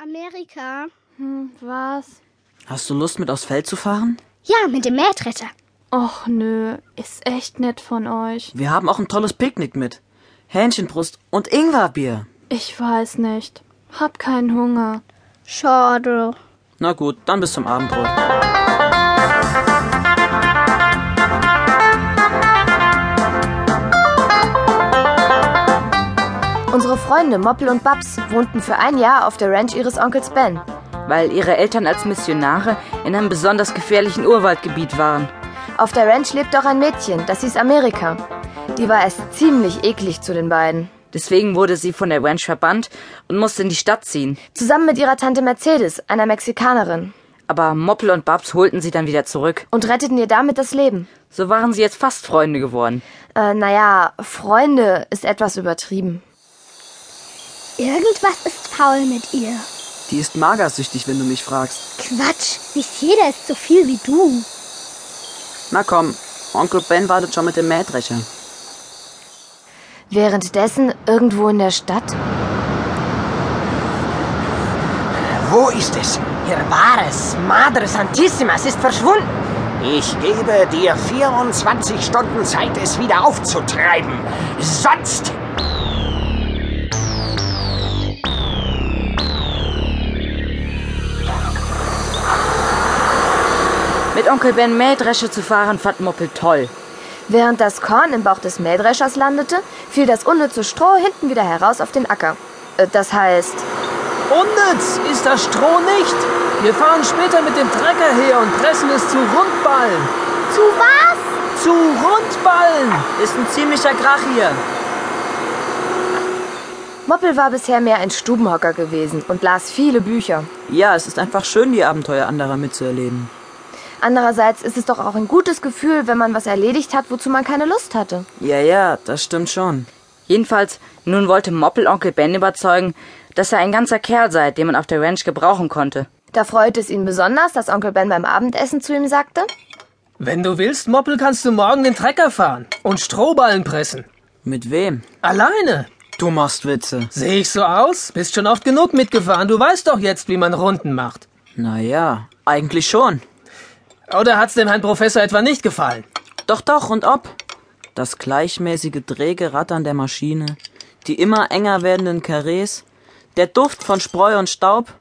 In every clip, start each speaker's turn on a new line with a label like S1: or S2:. S1: Amerika.
S2: Hm, was?
S3: Hast du Lust, mit aufs Feld zu fahren?
S1: Ja, mit dem Mähdrescher.
S2: Och nö, ist echt nett von euch.
S3: Wir haben auch ein tolles Picknick mit. Hähnchenbrust und Ingwerbier.
S2: Ich weiß nicht. Hab keinen Hunger.
S1: Schade.
S3: Na gut, dann bis zum Abendbrot.
S4: Unsere Freunde Moppel und Babs wohnten für ein Jahr auf der Ranch ihres Onkels Ben.
S5: weil ihre Eltern als Missionare in einem besonders gefährlichen Urwaldgebiet waren.
S4: Auf der Ranch lebt auch ein Mädchen, das hieß Amerika. Die war erst ziemlich eklig zu den beiden.
S5: Deswegen wurde sie von der Ranch verbannt und musste in die Stadt ziehen.
S4: Zusammen mit ihrer Tante Mercedes, einer Mexikanerin,
S5: Aber Moppel und Babs holten sie dann wieder zurück.
S4: und retteten ihr damit das Leben.
S5: So waren sie jetzt fast Freunde geworden.
S4: Äh, naja, Freunde ist etwas übertrieben.
S1: Irgendwas ist faul mit ihr.
S3: Die ist magersüchtig, wenn du mich fragst.
S1: Quatsch, nicht jeder ist so viel wie du.
S3: Na komm, Onkel Ben wartet schon mit dem Mähdrescher.
S4: Währenddessen irgendwo in der Stadt.
S6: Wo ist es?
S7: Ihr wahres Madre Santissima, es ist verschwunden.
S6: Ich gebe dir 24 Stunden Zeit, es wieder aufzutreiben. Sonst.
S5: Mit Onkel Ben Mähdresche zu fahren fand Moppel toll.
S4: Während das Korn im Bauch des Mähdreschers landete, fiel das unnütze Stroh hinten wieder heraus auf den Acker. Äh, das heißt,
S8: Unnütz ist das Stroh nicht. Wir fahren später mit dem Trecker her und pressen es zu Rundballen.
S1: Zu was?
S8: Zu Rundballen!
S3: Ist ein ziemlicher Krach hier.
S4: Moppel war bisher mehr ein Stubenhocker gewesen und las viele Bücher.
S3: Ja, es ist einfach schön, die Abenteuer anderer mitzuerleben.
S4: Andererseits ist es doch auch ein gutes Gefühl, wenn man was erledigt hat, wozu man keine Lust hatte.
S3: Ja, ja, das stimmt schon.
S5: Jedenfalls, nun wollte Moppel Onkel Ben überzeugen, dass er ein ganzer Kerl sei, den man auf der Ranch gebrauchen konnte.
S4: Da freute es ihn besonders, dass Onkel Ben beim Abendessen zu ihm sagte,
S8: Wenn du willst, Moppel, kannst du morgen den Trecker fahren und Strohballen pressen.
S3: Mit wem?
S8: Alleine.
S3: Du machst Witze.
S8: Sehe ich so aus? Bist schon oft genug mitgefahren. Du weißt doch jetzt, wie man Runden macht.
S3: Naja, eigentlich schon.
S8: Oder hat's dem Herrn Professor etwa nicht gefallen?
S3: Doch, doch und ob. Das gleichmäßige träge Rattern der Maschine, die immer enger werdenden Karrees, der Duft von Spreu und Staub,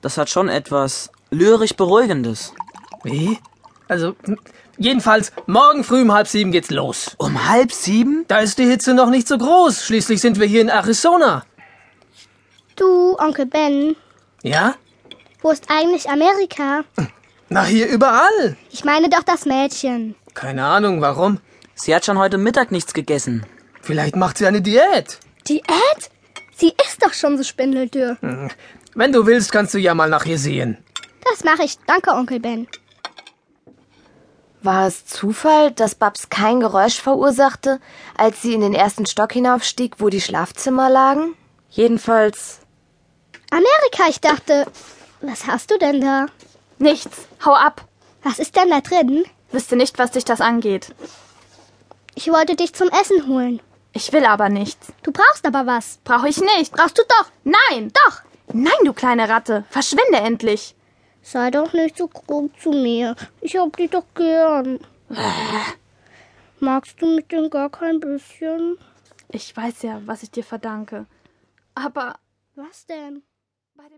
S3: das hat schon etwas lyrisch Beruhigendes.
S8: Wie? Also, hm, jedenfalls, morgen früh um halb sieben geht's los.
S3: Um halb sieben?
S8: Da ist die Hitze noch nicht so groß. Schließlich sind wir hier in Arizona.
S1: Du, Onkel Ben,
S8: Ja?
S1: wo ist eigentlich Amerika?
S8: Na, hier überall.
S1: Ich meine doch das Mädchen.
S8: Keine Ahnung warum.
S3: Sie hat schon heute Mittag nichts gegessen.
S8: Vielleicht macht sie eine Diät.
S1: Diät? Sie ist doch schon so spindeldürr.
S8: Wenn du willst, kannst du ja mal nach ihr sehen.
S1: Das mache ich. Danke, Onkel Ben.
S4: war es Zufall, dass Babs kein Geräusch verursachte, als sie in den ersten Stock hinaufstieg, wo die Schlafzimmer lagen?
S5: Jedenfalls,
S1: Amerika, ich dachte. Was hast du denn da?
S2: Nichts. Hau ab.
S1: Was ist denn da drin?
S2: Wüsste nicht, was dich das angeht.
S1: Ich wollte dich zum Essen holen.
S2: Ich will aber nichts.
S1: Du brauchst aber was.
S2: Brauche ich nicht.
S1: Brauchst du doch.
S2: Nein!
S1: Doch.
S2: Nein, du kleine Ratte. Verschwinde endlich.
S1: Sei doch nicht so grob zu mir. Ich hab dich doch gern. Magst du mich denn gar kein bisschen?
S2: Ich weiß ja, was ich dir verdanke. Aber
S1: Was denn?